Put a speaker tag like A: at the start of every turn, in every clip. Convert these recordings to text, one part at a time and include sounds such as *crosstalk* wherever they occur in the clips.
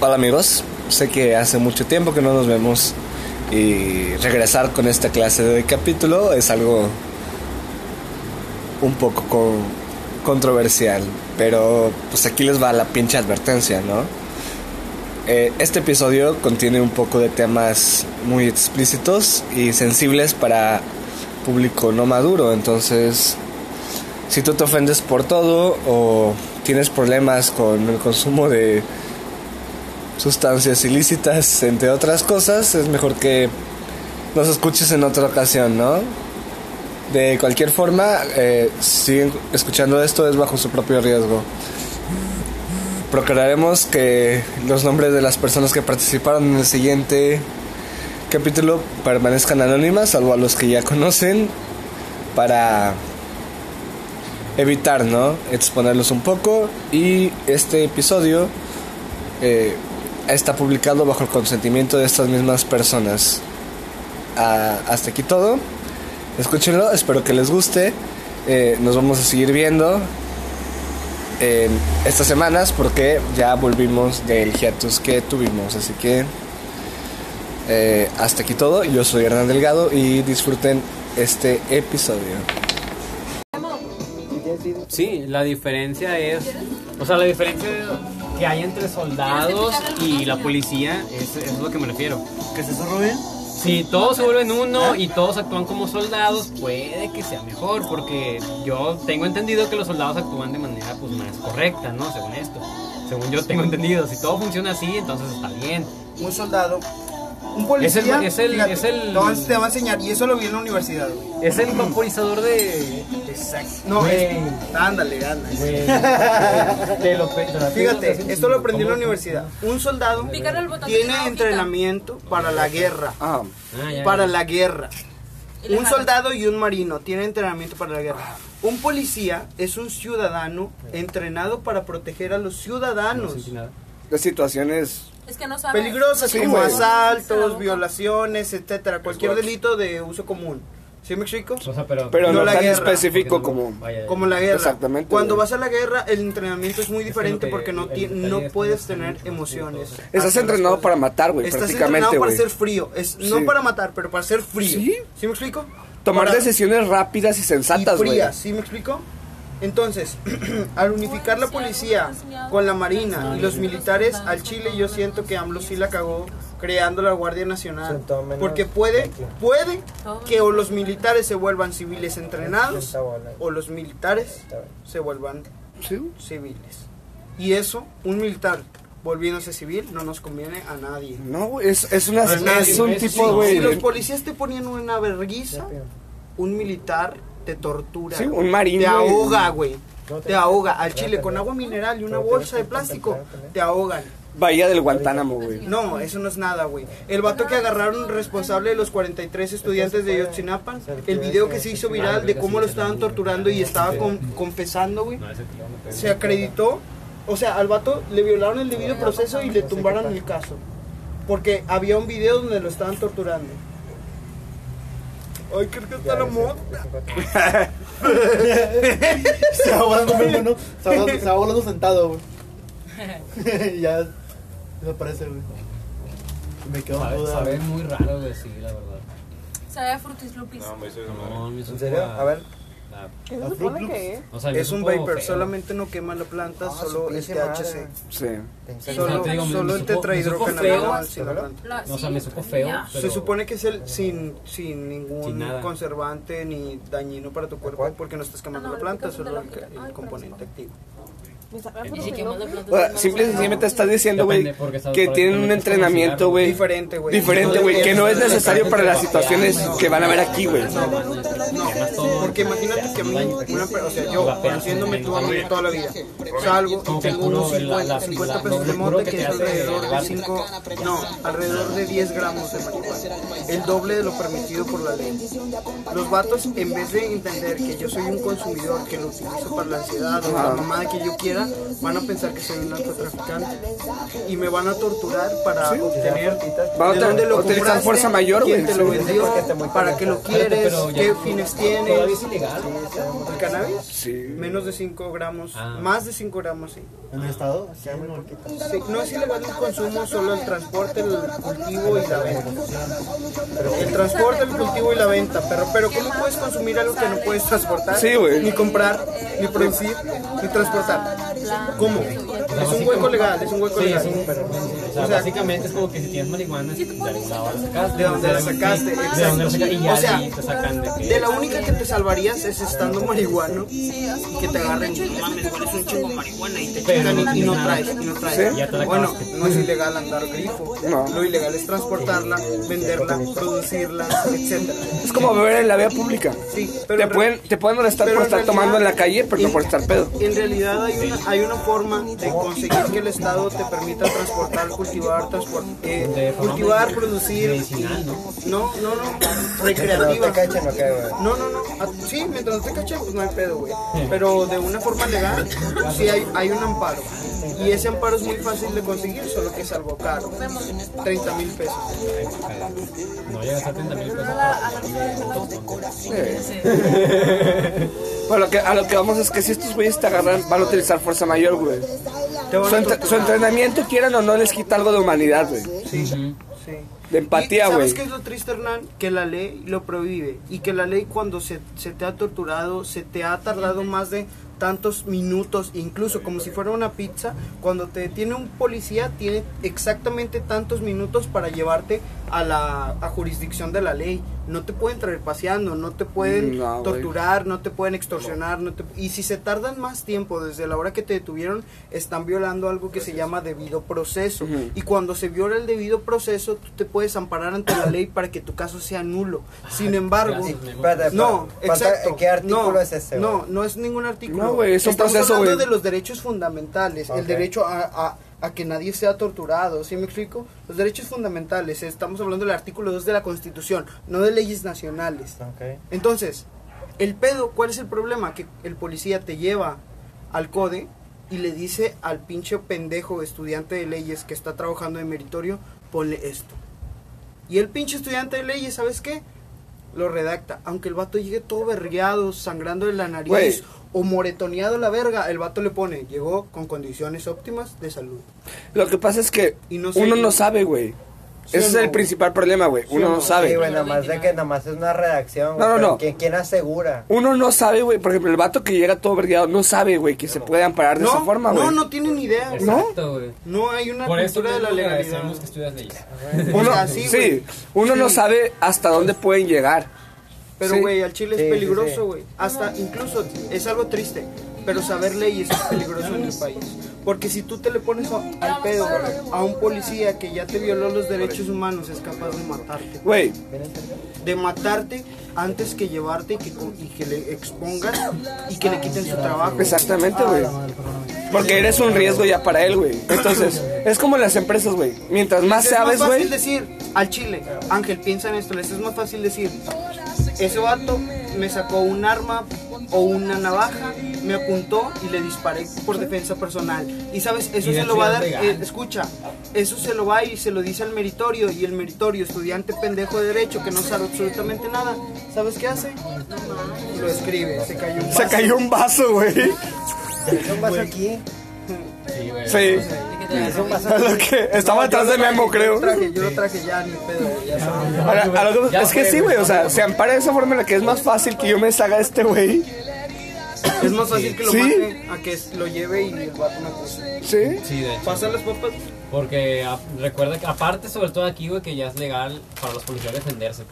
A: Hola amigos, sé que hace mucho tiempo que no nos vemos y regresar con esta clase de capítulo es algo un poco co- controversial, pero pues aquí les va la pinche advertencia, ¿no? Eh, este episodio contiene un poco de temas muy explícitos y sensibles para público no maduro, entonces si tú te ofendes por todo o tienes problemas con el consumo de sustancias ilícitas, entre otras cosas, es mejor que nos escuches en otra ocasión, ¿no? De cualquier forma, eh, siguen escuchando esto es bajo su propio riesgo. Procuraremos que los nombres de las personas que participaron en el siguiente capítulo permanezcan anónimas, salvo a los que ya conocen, para evitar, ¿no? Exponerlos un poco y este episodio eh, está publicado bajo el consentimiento de estas mismas personas. Ah, hasta aquí todo. Escúchenlo, espero que les guste. Eh, nos vamos a seguir viendo en estas semanas porque ya volvimos del hiatus que tuvimos. Así que eh, hasta aquí todo. Yo soy Hernán Delgado y disfruten este episodio.
B: Sí, la diferencia es, o sea, la diferencia que hay entre soldados y la policía es, es lo que me refiero.
C: ¿Qué es eso, Rubén?
B: Si todos se vuelven uno y todos actúan como soldados, puede que sea mejor, porque yo tengo entendido que los soldados actúan de manera pues más correcta, ¿no? Según esto. Según yo tengo entendido, si todo funciona así, entonces está bien.
C: Un soldado. Un policía.
B: Es el- es el-
C: fíjate,
B: es el-
C: Te va, te va a enseñar. Y eso lo vi en la universidad, güey.
B: Es el vaporizador de... Exacto.
C: No, es.
B: Güey.
C: Ándale, ándale.
B: De lo pe- de la-
C: Fíjate, esto lo aprendí en la universidad. Un soldado
D: Pícale al botón que
C: tiene
D: está
C: entrenamiento para la guerra.
B: Ah, ya, ya.
C: Para la guerra.
D: Y le
C: Un
D: jala.
C: soldado y un marino tienen entrenamiento para la guerra. Un policía es un ciudadano entrenado para proteger a los
B: No
C: ciudadanos.
B: sentí nada.
A: Las situaciones
D: Es que no sabes.
C: peligrosas
A: Sí,
C: como
A: güey.
C: asaltos, violaciones, etcétera, cualquier delito de uso común. ¿Sí me explico?
B: Pues, O sea, pero...
A: Pero
C: No
A: no,
C: la
A: tan
C: guerra,
A: específico
B: porque no-
A: como...
B: vaya, ya.
C: Como la guerra.
A: Exactamente,
C: Cuando
A: güey.
C: vas a la guerra, el entrenamiento es muy diferente
B: que
C: porque no,
B: el
C: ti-
B: detalle
C: no
B: es que
C: puedes
B: es
C: tener
B: mucho más
C: emociones.
B: poderoso.
A: Estás
C: hacia las
A: entrenado
C: cosas.
A: para matar, güey,
C: Estás
A: prácticamente,
C: entrenado para
A: güey.
C: ser frío. Es,
A: Sí.
C: No para matar, pero para ser frío.
A: Sí.
C: ¿Sí me explico?
A: Tomar
C: Para-
A: decisiones rápidas y sensatas,
C: y
A: güey.
C: frías, ¿sí me explico? Entonces, *clears throat* al unificar la policía con la marina y los militares al Chile, yo siento que AMLO sí la cagó creando la Guardia Nacional. Porque puede, puede que o los militares se vuelvan civiles entrenados o los militares se vuelvan
A: Sí.
C: civiles. Y eso, un militar volviéndose civil, no nos conviene a nadie.
A: No, güey, es, es, una,
C: A nadie.
A: es un
B: Es-
A: tipo,
B: sí,
A: güey...
C: Si los policías te ponían una verguiza, un militar te tortura.
A: Sí, un marín,
C: Te
A: güey.
C: ahoga, güey. Te ahoga. Al chile con agua mineral y una bolsa de plástico, te ahogan.
A: Bahía del Guantánamo, güey.
C: No, eso no es nada, güey. El vato que agarraron responsable de los 43 estudiantes de Yotzinapan, el video que se hizo viral de cómo lo estaban torturando y estaba con- confesando, güey,
B: No, ese tío no pega.
C: se acreditó. O sea, al vato le violaron el debido proceso y le tumbaron el caso. Porque había un video donde lo estaban torturando. Ay, creo que está la mota.
E: Estaba volando muy bueno. Estaba volando, estaba volando sentado, güey. *laughs* y ya desaparece, güey. Me quedo en
B: Sabe,
E: duda.
B: sabe
E: güey.
B: muy raro decir la verdad.
D: Sabe a Frutis Lupis.
B: No, me supo
C: ¿En serio?
B: a-
C: A ver,
B: a-
E: La Fruit Loops.
B: o sea, me
C: es un
B: supo
C: vapor,
B: feo.
C: solamente no quema la planta, solo es THC.
A: Sí.
B: Sí,
C: Solo,
B: no, te digo, me-
C: solo
B: me supo- me
C: el
B: supo
C: tetrahidrocannabinol
B: feo.
C: sin la planta.
D: La-
B: No, o sea,
D: sí,
B: me supo feo.
D: ya.
B: pero-
C: Se supone que es el sin, sin ningún
B: Sin nada.
C: conservante ni dañino para tu cuerpo porque no estás quemando la planta, solo el, el componente activo.
A: O sea, simple y sencillamente estás diciendo, güey,
B: Depende, porque estás-
A: que
B: porque
A: tienen
B: no
A: un
B: te estás
A: entrenamiento,
B: considerando.
A: güey.
C: Diferente, güey.
A: Diferente, güey, que no es necesario para las situaciones que van a ver aquí, güey.
B: Además, todo-
C: Porque imagínate que a mí, una per- o sea, yo conociéndome tú a mí toda la vida, salgo y
B: Como que
C: tengo unos
B: el puro, la-
C: 50,
B: la-
C: 50
B: la-
C: pesos de
B: lo puro
C: mota
B: que
C: que
B: te
C: es
B: hace
C: alrededor de
B: llevar.
C: 5, no, alrededor de 10 gramos de marihuana, el doble de lo permitido por la ley. Los vatos, en vez de entender que yo soy un consumidor que lo utilizo para la ansiedad o la mamada que yo quiera, van a pensar que soy un narcotraficante y me van a torturar para obtener
A: Van a
C: de dónde lo
A: utilizar
C: compraste,
A: fuerza mayor,
C: quién
A: güey.
C: te lo
A: Sí.
C: vendió, para qué lo quieres,
B: pero ya-
C: qué fines tiene,
B: hoy es ilegal.
C: ¿El cannabis?
A: Sí.
C: Menos de 5 gramos,
B: Ah.
C: más de 5 gramos, sí.
E: ¿En el estado? Sí, muy poquito.
C: Sí, No es ilegal el consumo, solo el transporte, el cultivo y la venta. El transporte, el cultivo y la venta, pero, pero ¿cómo puedes consumir algo que no puedes transportar?
A: Sí, güey.
C: Ni comprar, ni producir, ni transportar. ¿Cómo? Es un hueco legal, es un hueco
B: Sí, es
C: legal.
B: un- o sea,
C: O sea,
B: básicamente es como que si tienes marihuana, es de algún lado la sacaste.
C: De donde la sacaste,
B: Sí,
C: exacto.
B: De donde la sacaste y ya
C: O sea,
B: ahí te sacan de que.
C: De la única que te salvarías es estando marihuano
D: Sí, así
C: que
D: como
C: te
D: que, de
C: agarren
D: hecho,
C: y
D: yo
C: mames,
D: siento
C: ¿cuál es
D: que
C: un
D: eso
C: chingo
D: es-
C: marihuana y te
B: Pero
C: quitan
B: no
C: y, y no
B: tienes
C: traes,
B: nada.
C: y no
A: ¿Sí?
C: traes.
B: Ya te la
C: Bueno,
B: acabaste.
C: no es ilegal andar grifo.
A: No.
C: Lo ilegal es transportarla, venderla, producirla, etcétera.
A: Es como beber en la vía pública.
C: Sí, pero
A: Te
C: en re-
A: pueden, te pueden molestar
C: pero
A: por
C: en
A: estar
C: realidad-
A: tomando en la calle, pero no por estar pedo.
C: En realidad hay una, hay una forma de conseguir que el Estado te permita transportar, cultivar, transpor- eh,
B: de forma
C: cultivar,
B: medicinal,
C: producir.
B: Medicinal, ¿no?
C: No, no, no.
F: No te
C: Recreativa.
F: cachen, ok, güey.
C: No, no, no. Ah, Sí, mientras no te cachen, pues no hay pedo, güey. Pero de una forma legal, sí hay, hay un amparo. Y ese amparo es muy fácil de conseguir, solo que es algo caro. 30 mil pesos.
B: No llegas a 30 mil pesos.
A: Bueno, lo que- a lo que vamos es que si estos güeyes te agarran, van a utilizar fuerza mayor, güey.
C: Te van a
A: Su, entre- su
C: torturar.
A: entrenamiento, quieran o no, les quita algo de humanidad, güey.
C: Sí.
A: De empatía,
C: Y,
A: güey.
C: ¿Sabes qué es lo triste, Hernán? Que la ley lo prohíbe. Y que la ley cuando se, se te ha torturado, se te ha tardado más de tantos minutos, incluso como si fuera una pizza, cuando te detiene un policía, tiene exactamente tantos minutos para llevarte a la a jurisdicción de la ley. No te pueden traer paseando, no te pueden
A: No, güey.
C: torturar, no te pueden extorsionar. No te- y si se tardan más tiempo desde la hora que te detuvieron, están violando algo que se llama debido proceso.
A: Ujú.
C: Y cuando se viola el debido proceso, tú te puedes amparar ante la ley para que tu caso sea nulo. Sin embargo,
B: gracias, Memo.
F: Espérate,
C: no,
F: pa- pa-
C: exacto.
F: ¿Qué artículo
C: no,
F: es ese? güey?
C: No, no es ningún artículo.
A: No, güey, es un
C: Estamos
A: proceso,
C: hablando
A: güey.
C: de los derechos fundamentales,
F: Ok.
C: el derecho a, a- a que nadie sea torturado, ¿sí me explico? Los derechos fundamentales, estamos hablando del artículo 2 de la Constitución, no de leyes nacionales.
F: Ok.
C: Entonces, el pedo, ¿cuál es el problema? Que el policía te lleva al CODE y le dice al pinche pendejo estudiante de leyes que está trabajando de meritorio, ponle esto. Y el pinche estudiante de leyes, ¿sabes qué? Lo redacta. Aunque el vato llegue todo berreado, sangrando de la nariz
A: Güey.
C: o moretoneado la verga, el vato le pone, llegó con condiciones óptimas de salud.
A: Lo que pasa es que
C: Y no sé-
A: uno no sabe, güey.
C: Sí
A: Ese
C: o
A: es
C: no,
A: el
C: güey.
A: principal problema, güey.
C: o
A: Uno
C: no?
A: no
F: Sí,
A: sabe.
F: güey, nomás de que nomás es una redacción. güey,
A: No, no,
F: pero
A: no.
F: ¿Quién, quién asegura?
A: Uno no sabe, güey. Por ejemplo, el vato que llega todo vergueado no sabe, güey, que se puede amparar de
C: no,
A: esa forma, güey.
C: no, no tienen idea. güey.
A: ¿No?
B: Exacto, güey.
C: No hay una
B: Por eso
C: cultura de la
B: mismo
C: legalidad.
B: agradecemos que estudias leyes.
A: Uno,
C: O sea, sí,
A: sí,
C: güey.
A: uno no
C: Sí.
A: sabe hasta dónde pueden llegar.
C: Pero,
A: Sí.
C: güey, al chile
F: Sí,
C: es
F: sí, sí.
C: peligroso, güey. Hasta incluso es algo triste. Pero saber leyes es peligroso en el país. Porque si tú te le pones a- al pedo a un policía que ya te violó los derechos humanos, es capaz de matarte.
A: Güey,
C: De matarte antes que llevarte y que, y que le expongas y que le quiten su trabajo.
A: exactamente, güey. Porque eres un riesgo ya para él, güey. Entonces, es como las empresas, güey. Mientras más
C: Les
A: sabes,
C: es más
A: güey.
C: fácil decir al chile, Ángel, piensa en esto, les es más fácil decir, ese vato me sacó un arma o una navaja, me apuntó y le disparé por defensa personal. Y sabes, eso
B: Y
C: se
B: eso
C: lo va a
B: es
C: dar,
B: legal.
C: eh, escucha, eso se lo va y se lo dice al meritorio y el meritorio, estudiante pendejo de derecho que no sabe absolutamente nada, ¿sabes qué hace? Lo escribe, se cayó un
A: Se
C: vaso.
A: cayó un vaso, güey.
F: ¿Qué pasa aquí?
B: Sí, güey.
A: Sí.
D: que te agarran.
A: A lo que estaba atrás de Memo,
C: Yo
A: creo.
C: lo traje, yo lo traje ya, ni pedo, güey, ya sabes.
A: Ahora, a lo que-
B: Ya
A: es que
B: fue,
A: sí, güey. O sea, se ampara de esa forma en la que es más fácil que yo me salga de este, güey.
C: Es más fácil que lo
A: ¿Sí?
C: mate a que lo lleve y el vato me acuse.
A: Sí.
B: Sí, de hecho.
C: Pasan las papas.
B: Porque a- recuerda que, aparte, sobre todo aquí, güey, que ya es legal para los policías defenderse.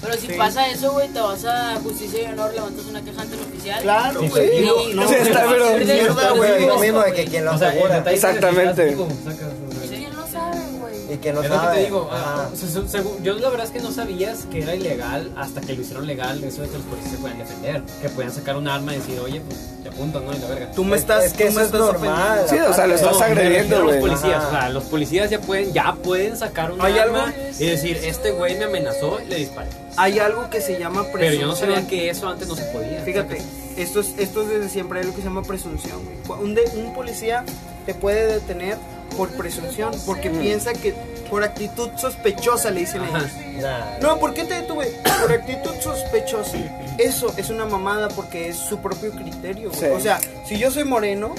G: Pero si pasa eso, güey, te vas a justicia y honor, levantas una queja ante el oficial.
C: Claro,
B: Sí,
C: güey.
B: sí.
C: Y
G: Sí,
C: lo-
G: no,
A: Sí, está, pero-
G: pierdes-
F: Mierda, güey. Lo
G: pierdes
F: mismo de
G: esto,
F: que quien lo
B: O sea, el
F: asegura.
B: detalle es que
A: Exactamente.
B: estás vivo, sacas, o sea,
D: Es que no saben, güey.
F: Y quien no
B: es
F: sabe.
B: lo que te digo.
F: Ajá.
B: ah, se- se- según- yo la verdad es que no sabías que era ilegal hasta que lo hicieron legal eso de que los policías se puedan defender. Que puedan sacar un arma y decir, oye, pues te apunto, ¿no? Y la verga.
C: Tú me
F: Es-
C: estás.
F: es que
C: tú
F: eso
C: me
F: es
C: estás
F: normal.
C: ofendiendo.
A: Sí, o sea, lo estás
B: No, me refiero
A: agrediendo,
B: a los
A: güey.
B: policías,
F: Ajá.
B: o sea, los policías ya pueden, ya pueden sacar un
C: ¿Hay
B: arma
C: algo?
B: y decir, este güey me amenazó y le disparé.
C: Hay algo que se llama presunción.
B: Pero yo no sabía que eso antes no se podía.
C: Fíjate, esto es, esto es desde siempre hay lo que se llama presunción. güey. Un, de- un policía te puede detener por presunción, porque piensa que por actitud sospechosa le dicen
B: Mm. Ajá.
C: ellos.
F: Nah.
C: No, ¿por qué te detuve? Por actitud sospechosa. Eso es una mamada porque es su propio criterio, güey.
A: Sí.
C: O sea, si yo soy moreno,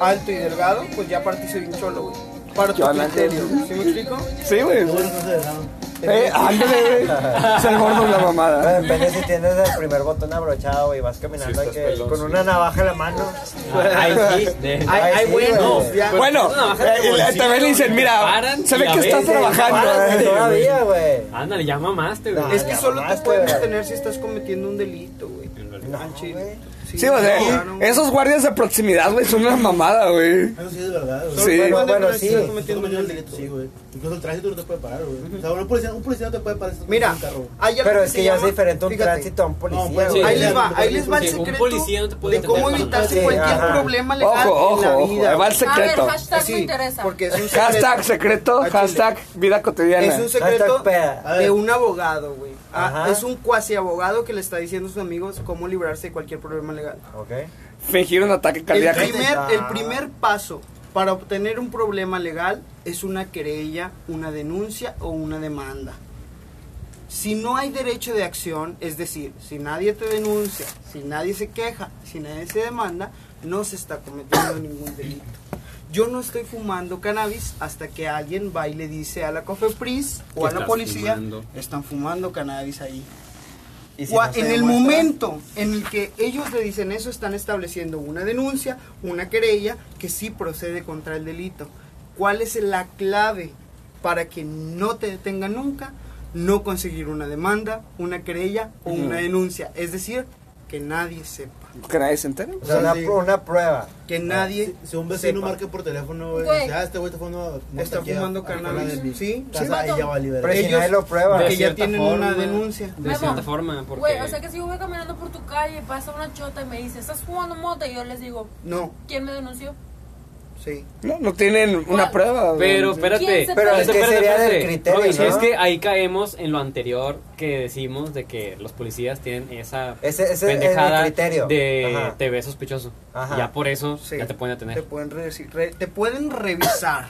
C: alto y delgado, pues ya partí soy un cholo, güey. Para tu
A: Yo no
C: criterio,
A: entiendo.
C: ¿sí me explico?
A: Sí, güey.
E: Seguro no se dejaron.
A: Eh, ándale, güey. Soy gordo en la
F: Bueno,
A: mamada.
F: depende si tienes el primer botón abrochado y vas caminando
H: Sí, estás
F: que-
H: pelón,
F: con
H: sí.
F: una navaja en la mano.
B: Ahí sí. de-
C: Hay, hay
F: sí,
C: buenos,
F: güey.
C: ya.
A: Bueno,
B: Una navaja de
A: eh, y le-
B: bolsillo,
A: también le dicen, mira,
B: paran
A: se
B: y
A: ve
B: a
A: que estás
B: veces
A: trabajando.
F: Párate
A: eh.
F: todavía, güey.
B: Ándale, ya mamaste, güey.
F: No,
A: Ah,
C: Es que
F: ya
C: solo te
F: mamaste,
C: pueden
F: ¿verdad?
C: detener si estás cometiendo un delito, güey.
F: No,
C: Al chile.
F: güey.
A: Sí, o sea,
C: claro.
A: esos guardias de proximidad, güey, son una mamada, güey.
E: Eso sí es verdad, güey.
A: Sí.
C: Solo te
F: Bueno,
C: pueden detener
F: bueno,
C: si
F: sí.
C: estás
E: Estás
C: cometiendo un
E: cometiendo el
C: delito.
E: delito, sí, güey. Incluso el tránsito no te puede parar, güey. O sea, un policía, un policía no te puede parar. si estás
C: Mira,
E: en un carro, güey.
C: hay algo
F: Pero es
C: se
F: que ya es
C: llama-
F: diferente un
C: fíjate,
F: tránsito a un
E: No,
F: policía,
E: pues,
F: güey.
C: Ahí les va,
E: Sí,
C: ahí les va el
B: sí, un
C: secreto
B: policía no te puede
C: de cómo
B: detener,
C: evitarse
F: ¿no? Sí,
C: cualquier
F: ajá.
C: problema
A: Ojo,
C: legal en la
A: ojo, ojo.
C: vida.
A: Ahí va el
D: A ver,
A: secreto.
D: hashtag
C: Eh, Sí,
D: me interesa.
C: Porque es un secreto.
A: Hashtag secreto,
C: Al chile.
A: hashtag vida cotidiana.
C: Es un secreto
F: Hashtag peda.
E: A
C: de
E: ver.
C: un abogado, güey. Ah,
F: Ajá.
C: es un cuasi abogado que le está diciendo a sus amigos cómo librarse de cualquier problema legal.
F: Ok.
A: Fingir un ataque
C: El
A: cardíaco.
C: primer,
F: Ah.
C: el primer paso para obtener un problema legal es una querella, una denuncia o una demanda. Si no hay derecho de acción, es decir, si nadie te denuncia, si nadie se queja, si nadie se demanda, no se está cometiendo ningún delito. Yo no estoy fumando cannabis hasta que alguien va y le dice a la COFEPRIS
B: Que
C: o a la
B: estás
C: policía,
B: fumando.
C: están fumando cannabis ahí.
F: Y si
C: Gua-
F: no se
C: en el
F: demuestra-
C: momento en el que ellos le dicen eso, están estableciendo una denuncia, una querella que sí procede contra el delito. ¿Cuál es la clave para que no te detengan nunca? No conseguir una demanda, una querella o una denuncia. Es decir, que nadie sepa.
A: Que nadie se entere.
F: O sea, una, pru- una prueba.
C: Que nadie.
E: Si, si un vecino
C: sepa.
E: marca por teléfono, güey,
D: Güey.
E: dice, ah, este güey está fumando. mota
C: Está
E: aquí a-
C: fumando
E: a la
C: cannabis.
E: cola de mi
C: Sí,
E: casa,
D: sí.
E: ahí ya va a liberar.
F: Pero si
C: Ellos-
F: nadie lo prueba.
C: Porque
B: De
C: ya
B: cierta
C: tienen una
B: forma.
C: denuncia.
B: De cierta forma, porque.
D: Güey, o sea que si yo voy caminando por tu calle, pasa una chota y me dice, ¿estás fumando mota? Y yo les digo,
C: No,
D: ¿quién me denunció?
C: sí.
A: No, no tienen una prueba. güey.
B: Pero espérate,
D: ¿Quién se
F: Pero es
D: Espérate,
F: que sería del criterio,
B: Robin,
F: ¿no?
B: es que ahí caemos en lo anterior que decimos de que los policías tienen esa
F: Ese- ese es el
B: pendejada
F: criterio.
B: de
F: Ajá.
B: te ve sospechoso.
F: Ajá.
B: Ya por eso
C: Sí.
B: ya te pueden detener.
C: Te pueden, re- re- te pueden revisar.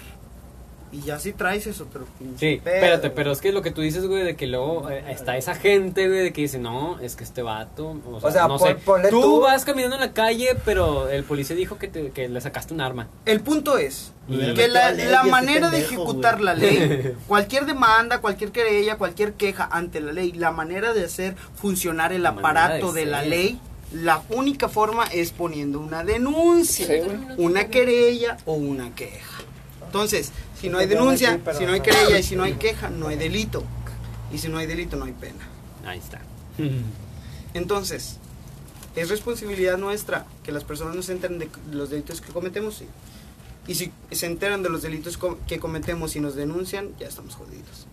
C: Y ya si traes eso, pero.
B: Sí, espérate, pero es que lo que tú dices, güey, de que luego eh, está esa gente, güey, de que dice, no, es que este vato, o sea,
F: sea,
B: no
F: pon-
B: sé.
F: ponle
B: tú,
F: tú-
B: vas caminando en la calle, pero el policía dijo que, te- que le sacaste un arma.
C: El punto es
B: Y-
C: que la,
E: La ley
C: la
E: y ese
C: manera de
E: pendejo,
C: ejecutar
E: güey.
C: la ley, cualquier demanda, cualquier querella, cualquier queja ante la ley, la manera de hacer funcionar el
B: La manera
C: aparato
B: de
C: de la
B: ser.
C: ley, la única forma es poniendo una denuncia,
A: Sí, güey.
C: una querella o una queja. Entonces, si no hay
F: Sí, pero
C: denuncia,
F: aquí, pero
C: si no hay
F: no.
C: querella y si no hay queja, no hay delito. Y si no hay delito, no hay pena.
B: Ahí está.
C: Entonces, es responsabilidad nuestra que las personas no se enteren de los delitos que cometemos. sí. Y si se enteran de los delitos com- que cometemos y nos denuncian, ya estamos jodidos.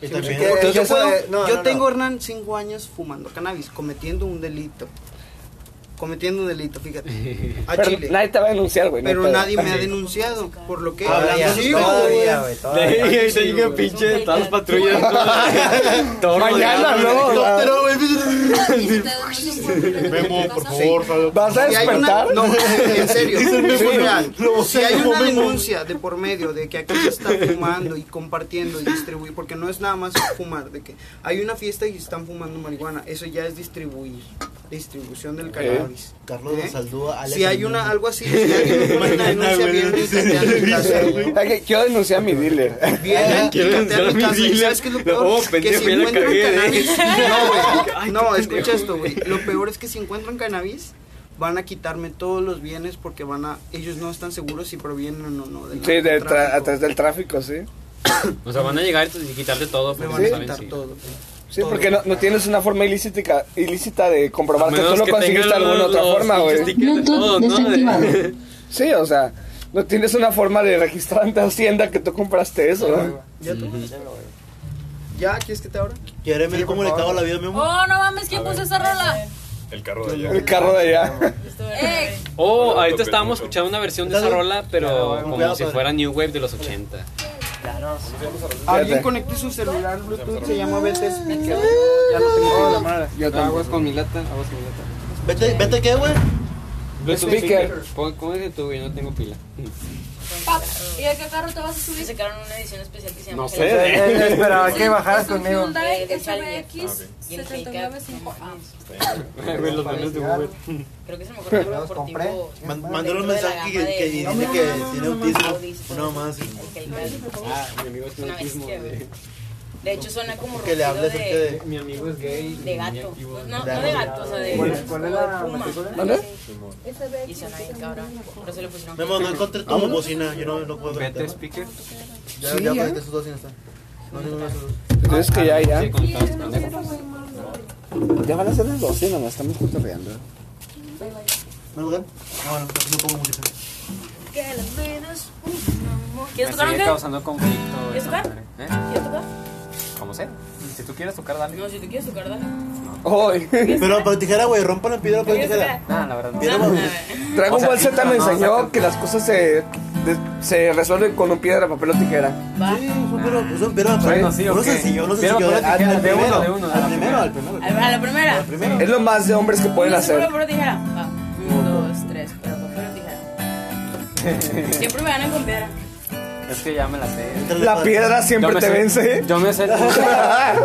E: Y
F: Sí,
E: también-
F: porque-
C: Porque
F: es que
C: yo,
F: eso
C: puedo-
F: de- no,
C: yo
F: no, no.
C: tengo, Hernán, cinco años fumando cannabis, cometiendo un delito. Cometiendo un delito, fíjate. A
A: Pero
C: Chile.
A: nadie te va a denunciar, güey. no hay
C: Pero
A: pedo.
C: nadie me ha denunciado, por lo que...
F: Todavía,
C: Sí, güey.
F: todavía, güey. todavía.
B: ahí te llega pinche, todas las patrullas. todo
A: Mañana,
B: rodeado,
A: ¿no?
E: Helicóptero, güey.
D: Y si te denuncian por
E: *laughs*
D: violencia en
H: Memo,
D: tu
H: por
D: casa,
H: favor, salgo.
A: ¿Vas a
C: Si hay una-
A: despertar?
C: no, en
E: *laughs*
C: serio, es real.
E: lo
C: Si hay
E: sé,
C: una
E: lo mismo.
C: denuncia de por medio de que aquí se está fumando y compartiendo y distribuir, porque no es nada más fumar, de que hay una fiesta y están fumando marihuana, eso ya es distribuir, distribución del cannabis.
E: Carlos
C: ¿Eh?
E: nos saluda. Alex Ah,
C: Si hay
E: Hernández.
C: una algo así, si alguien pone una
E: *laughs*
C: denuncia bien rica, te dan mi casa, güey.
A: Hay que- Yo denuncié a mi dealer.
B: Quiero
C: Bien, rica, te dan
B: denunciar
C: mi
B: a mi
C: casa. ¿Y
B: dealer.
C: sabes qué es lo peor?
B: No,
C: que
B: pendejo,
C: si
B: ya la
C: encuentran
B: cagué, *laughs*
C: cannabis...
B: ¿eh?
C: No, güey.
B: Ay,
C: No,
B: qué
C: escucha
B: pendejo.
C: esto, güey. Lo peor es que si encuentran cannabis, van a quitarme todos los bienes porque van a... Ellos no están seguros si provienen o no del
A: Sí, de tra-
C: narcotráfico.
A: a través del tráfico, sí.
B: O sea, van a llegar y quitarte todo.
C: Me
B: pero
C: van a
B: no saben
C: quitar
B: si-
C: todo.
A: Sí, porque no, no tienes una forma ilícita, ilícita de comprobar
B: A
A: que tú
B: menos
A: lo
B: que
A: conseguiste de
B: tengan
A: alguna
B: los-
A: otra
B: los
A: forma,
B: pinches
A: güey.
B: tickets de todos, ¿no? De- *laughs*
A: Sí, o sea, no tienes una forma de registrar ante Hacienda que tú compraste eso, ¿no?
C: ¿Ya tú? ¿Ya? ¿Quieres que te abra?
E: Quiere ver
F: Sí, por
E: cómo le
F: favor.
E: cago la vida, mi amor.
D: Oh, no mames, ¿quién puso esa rola?
H: El carro de allá.
A: El carro de allá.
D: Eh,
B: Oh, ahorita estábamos escuchando una versión de esa rola, pero como
E: Cuidado,
B: si
E: padre.
B: fuera New Wave de los 80.
C: Alguien
A: Fíjate.
C: conecte su celular Bluetooth, se llama BT Speaker. Ya lo
F: *laughs*
C: tengo.
A: *laughs* Yo Ah,
B: Aguas con mi lata, aguas con mi lata.
E: Vete, vete, ¿qué, güey?
A: Speaker.
B: Pon- ¿Cómo es que tú, güey? No tengo pila.
D: Pap, ¿Y a qué carro te vas a subir?
G: Sacaron una edición especial que se llama
B: No
F: Él-
B: sé.
G: Hello.
F: él Esperaba que
G: Pues,
F: bajaras
D: Es un
F: conmigo.
D: Hyundai Ah,
G: Eh, es alguien.
D: SMX
G: Y el Hellcat, no
D: 795A.
B: *laughs*
G: mames.
B: Güey, los memes de Uber.
G: "Ah, Creo que es el mejor carro
F: Los compré.
G: deportivo.
E: Man-
F: Vale.
E: Mandaron un
G: Dentro de la
E: mensaje que,
G: gama de-
E: que dice
G: No, no,
E: que
G: no, no,
E: tiene
G: no, no,
E: autismo.
G: Audis, por
E: No
G: eso.
E: más.
G: El Hellcat.
B: Ah, mi amigo es un
G: Una
B: autismo.
G: bestia, güey.
B: güey.
G: De hecho, suena como
E: Que le
G: rugido
E: hable
G: de-
E: acerca de.
B: Mi amigo es gay.
G: De
B: y
G: gato.
B: mi- y-
G: Pues no, no de gato, o sea, de.
F: ¿Cuál- cuál es
G: como de
F: la
G: puma.
F: matrícula?
A: ¿Vale?
G: Y suena bien cabrón. Por eso le pusieron.
E: Memo, no encontré tu bocina. Yo no, no puedo ver.
B: Vete, speaker.
E: Ya, ya aparecen esos dos y no están. No, ninguno de esos dos.
A: ¿Crees que ya, ya?
B: Sí, con todos los pendejos.
A: Ya van a ser las 12 nomás, estamos cotorreando.
E: ¿Me lo dan? No, no, no pongo música.
G: ¿Quieres
B: Me
G: tocar un
B: sigue
G: qué?
B: causando conflicto.
G: ¿Quieres
B: esa
G: tocar?
B: madre, ¿eh?
G: ¿Quieres tocar?
B: Como sea. Si tú quieres tocar, dale.
G: No, si tú quieres tocar, dale.
A: ¡Hoy!
E: Pero para tijera, güey, rompan la piedra con
G: ¿Quieres
E: tijera.
G: tocar?
B: Nada, la verdad.
E: Piedra,
G: No,
E: güey.
A: *laughs*
G: no,
A: Dragon
B: O sea,
A: Ball Z me
B: no, no,
A: enseñó
B: saca-
A: que las cosas se, de- se resuelven con un piedra, papel o tijera.
G: Va. Ah.
E: Sí, son piedra, son piedra.
B: Bueno, sí,
E: Uno
B: ok.
E: sencillo, uno
B: Piedra,
E: sencillo.
B: papel,
E: Al-
B: tijera,
E: al
B: de uno,
E: primero,
B: de uno, de
E: Al
B: la
E: primero,
B: primera.
E: al primero.
G: A la- a la primera.
E: Al primero.
A: Es lo más de hombres que pueden
G: ¿Uno,
A: hacer.
G: ¿Papel o tijera? Va. ah, Uno, dos, tres. Pero papel o tijera. Siempre me ganan con piedra.
B: Es que ya me la sé.
E: Entra
A: La
E: pata.
A: piedra siempre te vence. ¿eh?
B: Yo me sé el
A: *laughs*
B: truco.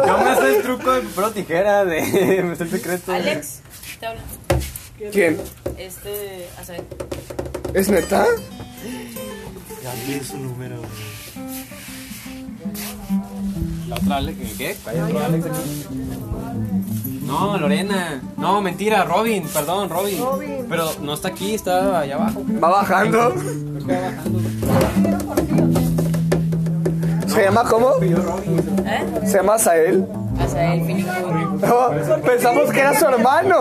B: yo me sé el truco de pro tijera de. *laughs* me sé el secreto. de-
G: Alex, te habla.
A: ¿Quién?
G: Este. A saber.
A: ¿Es neta?
E: Ya vi su número, güey.
B: La otra Alex. ¿Qué? ¿Hay otra Alex aquí? No, Lorena. No, mentira, Robin. Perdón, Robin. Pero no está aquí, está allá abajo.
A: *laughs* Va bajando. ¿Se llama cómo?
G: ¿Eh?
A: ¿Se llama Sael?
G: A saber, Filipe.
A: No, pensamos que era su hermano.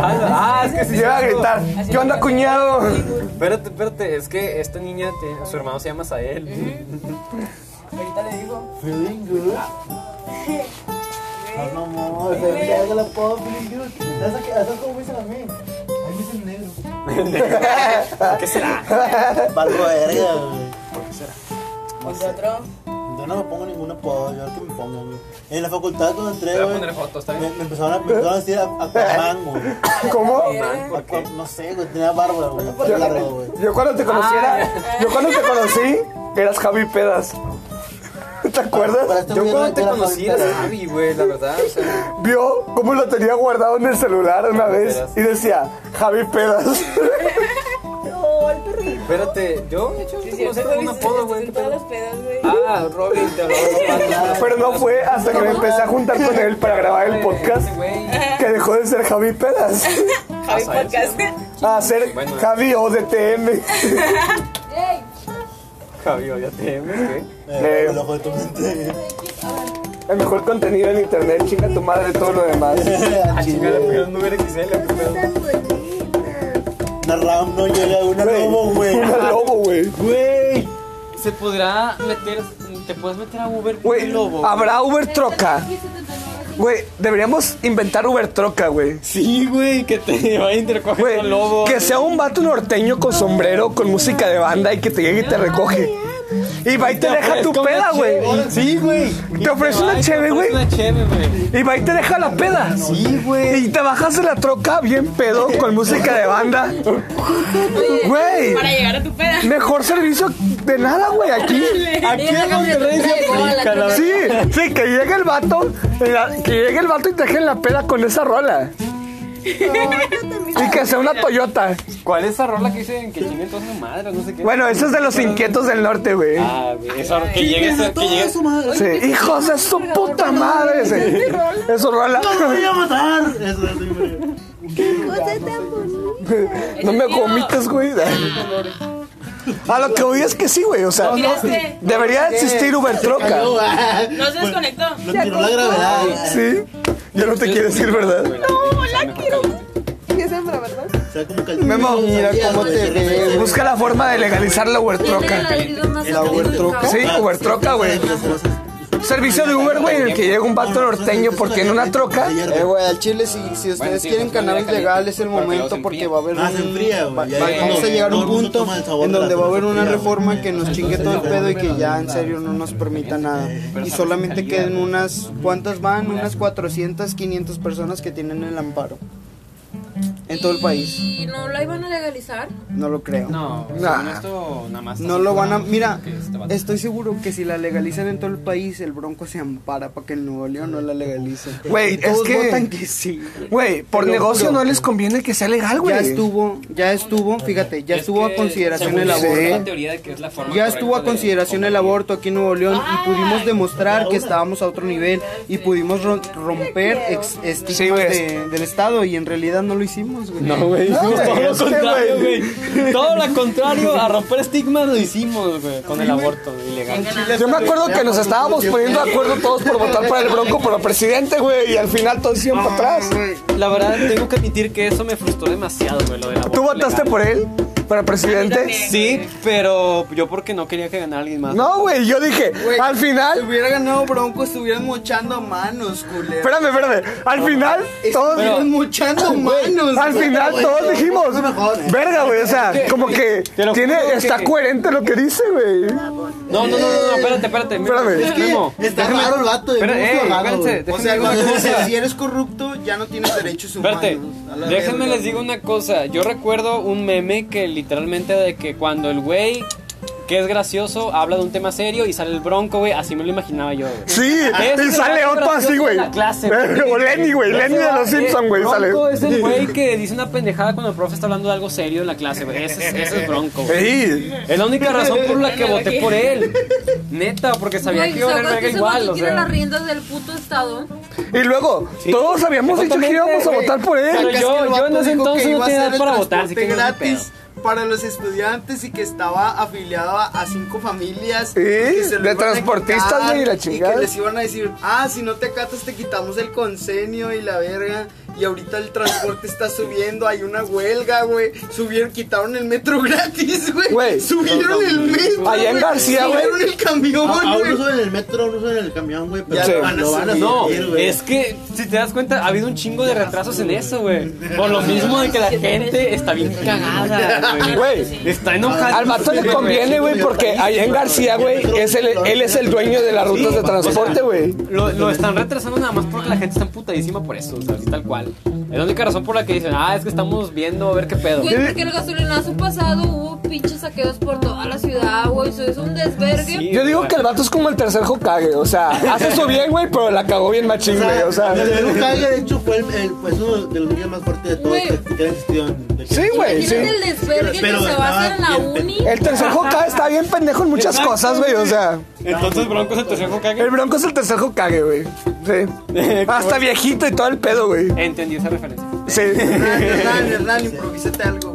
B: ah, es que sí.
A: Lleva a gritar. ¿Qué onda, cuñado?
B: Espérate, espérate. Es que esta niña, te- su hermano se llama Sael.
G: Ahorita le digo.
E: Feeling good. No, no, no, o sea, que haga la pop, feeling good. Esa que- esa como me dicen a mí. A mí me dicen negro.
B: ¿Qué será?
E: Valgo verga, güey.
G: Ponte Pues otro.
E: Yo no me pongo ninguna pop, yo que me pongan, güey. En la facultad cuando entré,
B: Te voy a
E: güey,
B: poner fotos, ¿está
E: me,
B: bien?
E: me empezaron a, me empezaron a decir a, a Aquaman, güey.
A: ¿Cómo?
E: Aqua- No sé, güey, tenía barba,
B: *laughs*
E: güey. Tenía larga, güey.
A: Yo cuando te conociera, yo cuando te conocí, eras Javi Pedas. ¿Te
E: Para
A: acuerdas?
E: este
B: Yo
E: güey
B: cuando te
E: era
B: conocí
E: favorita,
B: era
E: güey.
B: Javi, güey, la verdad. O sea,
A: Vio cómo lo tenía guardado en el celular una vez y decía, Javi Pedas.
B: espérate, yo de hecho te conocí con un
G: viste,
B: apodo,
G: estás
B: güey.
G: en todas las pedas, güey.
B: Ah, Robin, te *laughs* hablaba.
A: Pero no fue hasta que me empecé a juntar con él para grabar el podcast
B: Ese güey.
A: que dejó de ser Javi Pedas
G: Javi
B: saber,
G: Podcast.
A: a ser
B: Bueno.
A: Javi ODTM.
D: ¡Ey!
B: Javi, óyate, güey.
E: Eh, El ojo de tu mente.
A: El mejor contenido en internet, chinga tu madre todo lo demás.
E: Ah,
B: Chinga, le
E: chingada.
B: pusieron número XL. qué pedo.
E: Una RAM no llega a una lobo, güey.
A: Una lobo, güey.
B: Güey, se podrá meter. Te puedes meter a Uber por
A: Güey,
B: un lobo.
A: ¿habrá Uber Troca? Güey, deberíamos inventar Uber Troca, güey.
B: Sí, güey, que te va a intercoger
A: Güey,
B: con lobo.
A: que sea un vato norteño con sombrero, con música de banda y que te llegue y te recoge. Y va y te deja tu peda, güey.
B: Sí, güey.
A: Te ofrece
B: Ay,
A: una
B: te
A: cheve, güey.
B: ofrece Una cheve, güey.
A: Y va y te deja la peda. Sí, güey. Y te bajas de la troca bien pedo con música de banda. Güey,
G: Para llegar a tu peda.
A: mejor servicio de nada, güey, aquí.
G: Aquí en Monterrey se aplica la
A: Sí, sí, que llegue el vato, la- que llegue el vato y te deje en la peda con esa rola. Y que sea una Toyota.
B: ¿Cuál es esa rola que dicen que chinguen todas sus madres? No sé qué.
A: Bueno, eso es de los inquietos del norte, güey.
B: Ah, güey, esa que llegue esa que llegue.
E: Su madre.
A: Sí, hijos de su puta madre. sí. Eso rola.
E: ¡Lo voy a matar! Eso es güey.
A: No me comitas, güey. A lo que voy es que sí, güey. O sea,
G: Miraste.
A: debería existir Uber Troca.
G: No se desconectó.
E: ah. Lo tiró la gravedad. eh,
A: Sí. Ya no te quiero decir verdad.
B: No, la quiero.
E: O sea, como que
A: Memo,
E: mira cómo te
A: Busca la forma de legalizar la Uber Troca.
D: ¿La Uber Troca?
A: Sí, Uber Troca, güey. Ah, Servicio de Uber, güey, en el que llega un vato norteño porque en una troca.
C: Eh, güey, al chile, si, si ustedes
B: Bueno, sí,
C: quieren
B: pues, mira,
C: cannabis
B: caliente,
C: legal, es el
B: para que
C: momento
B: los
C: porque
B: enfríe.
C: va a haber
E: Ah, se
C: un-
E: enfría, güey,
C: va-
E: ya
C: va-
E: llega
C: vamos a
E: cuando
C: llegar a
E: todo
C: un
E: el mundo
C: punto
E: toma el sabor
C: en
E: de la
C: donde va a haber una
E: enfría, güey.
C: reforma que nos chingue todo el
E: se
C: pedo y que
E: enfría,
C: ya en serio no nos permita nada. Y solamente queden unas, ¿cuántas van? Unas 400, 500 personas que tienen el amparo. en todo el país.
D: ¿Y no la iban a legalizar?
C: No lo creo.
B: No,
A: Nah.
B: según esto nada más.
C: No lo van a. Mira,
B: que este vato-
C: estoy seguro que si la legalizan en todo el país, el Bronco se ampara para que en Nuevo León no la legalicen.
A: Güey,
C: Y todos
A: es que-
C: votan que sí.
A: Güey, por
C: Te lo
A: negocio
C: juro.
A: no les conviene que sea legal, Ah, güey.
C: Ya estuvo, ya estuvo, fíjate, ya
B: Es
C: estuvo a
B: que,
C: consideración
B: según
C: el
B: yo,
A: Sí.
C: aborto.
B: la teoría de que es la forma
C: Ya estuvo a
B: correcta de
C: consideración el
B: combatir.
C: aborto aquí en Nuevo León y pudimos demostrar que estábamos a otro nivel y pudimos ro- romper ex-
A: Sí,
C: estigmas
A: güey.
C: de- del Estado y en realidad no lo hicimos, güey.
B: No, güey, hicimos
A: güey,
B: todo lo
A: es que,
B: contrario, güey. Todo lo contrario, a romper estigmas lo hicimos, güey, con el aborto ilegal.
A: Yo me acuerdo que nos estábamos poniendo de acuerdo todos por votar para el Bronco por presidente, güey, y al final todos iban para atrás.
B: La verdad, tengo que admitir que eso me frustró demasiado, güey, lo del aborto.
A: ¿Tú votaste
B: legal.
A: por él? ¿Para presidente?
B: Sí, pero yo porque no quería que ganara alguien más.
A: No, güey, yo dije,
C: Güey,
A: al
C: Si
A: final,
C: hubiera ganado Bronco, estuvieran mochando manos, culero.
A: espérame, espérame, al final todos,
C: Estuvieran mochando manos.
A: al
C: güey.
A: final todos dijimos, verga, güey, o sea, como que
B: lo
A: tiene,
B: juro que-
A: está coherente lo que dice, güey.
B: No, no, no, no, no, espérate, espérate.
A: Espérame.
B: Memo,
A: Es
B: Memo,
E: Está
B: déjame-
E: raro el vato.
B: Espera,
E: hemos
B: ey,
E: hablado,
B: espérense,
E: güey.
C: O
B: déjenme
C: sea,
B: decir una
C: cuando-
B: cosa.
C: si eres corrupto, ya no tienes derechos humanos.
B: Espérate,
C: A la
B: déjenme
C: verga.
B: les digo una cosa. Yo recuerdo un meme que literalmente de que cuando el güey que es gracioso habla de un tema serio y sale el bronco, güey, así me lo imaginaba yo, güey.
A: Sí,
B: Ah, Ese
A: y
B: es el
A: Ah, sale
B: más
A: otro así,
B: gracioso
A: güey.
B: de la clase, güey.
A: *laughs* O Lenny, güey, Lenny de los
B: Ese va-
A: Simpsons, güey,
B: eh,
A: sale.
B: Bronco es el güey que dice una pendejada cuando el profe está hablando de algo serio en la clase, güey. Ese, es- ese es Bronco. güey.
A: Sí.
B: Es la única razón por la que voté por él. Neta, porque sabía
D: Güey,
B: que iba a valer
D: ¿sabes
B: verga
D: que ese
B: igual,
D: vato
B: o
D: tiene
B: sea.
D: las riendas del puto estado.
A: Y luego, todos habíamos dicho que íbamos a votar por
B: Pero
A: él.
C: Sacas
B: yo-
C: que el
B: yo
C: vato
B: en ese
C: dijo que
B: entonces no
C: iba a
B: tenía
C: hacer el
B: para votar, así que
C: transporte
B: no es mi
C: gratis para los estudiantes y que estaba afiliado a, a cinco familias.
A: Sí,
C: y que se lo
A: de
C: iban a
A: transportistas,
C: quitar,
A: güey, y la
C: Y
A: chingada.
C: que les iban a decir, ah, si no te acatas te quitamos el consenio y la verga. Y ahorita el transporte está subiendo, hay una huelga, güey. Subieron, quitaron el metro *laughs* gratis, güey.
A: Güey,
C: subieron el metro.
A: Allá en
C: güey,
A: García, güey.
C: Subieron el camión,
E: A- Aún no
C: güey.
E: suben en el metro, no suben en el camión, güey. Pero
C: Ya
E: lo
C: lo
E: van a subir,
B: No,
E: güey.
B: es que si te das cuenta, ha habido un chingo de retrasos en eso, güey. Por lo mismo de que la gente está bien cagada, güey.
A: Güey,
B: Está enojada.
A: Ah, al vato le
E: güey,
A: conviene, güey, porque allá en García, güey, es el, él es el dueño de las rutas de transporte, güey.
B: Lo, lo están retrasando nada más porque la gente está emputadísima por eso, o sea, así tal cual. Es la única razón por la que dicen, ah, es que estamos viendo a ver qué pedo.
D: Güey, porque el gasolinazo pasado hubo pinches saqueos por toda la ciudad, güey. Eso es un desvergue.
B: Sí.
A: Yo digo que el vato es como el tercer Hokage, o sea, hace eso bien, güey, pero la cagó bien machín, güey, o sea.
E: el de Hokage, de hecho, fue el, el- pues, uno de los días más fuertes de todos
D: Güey.
E: que, que han existido. en- de-
A: Sí, güey, sí.
D: Imagínate el desvergue
E: Pero
D: que se va a hacer en la
E: estaba bien
D: uni.
A: El tercer Hokage está bien pendejo en muchas cosas, güey, o sea.
B: Entonces Bronco se te dejó
A: El
B: cague.
A: Bronco es el tercer Hokage, güey.
E: *laughs*
A: Sí. Hasta viejito y todo el pedo, güey.
B: Entendí esa referencia.
A: Sí.
C: Hernán, Hernán, Hernán, improvísate algo,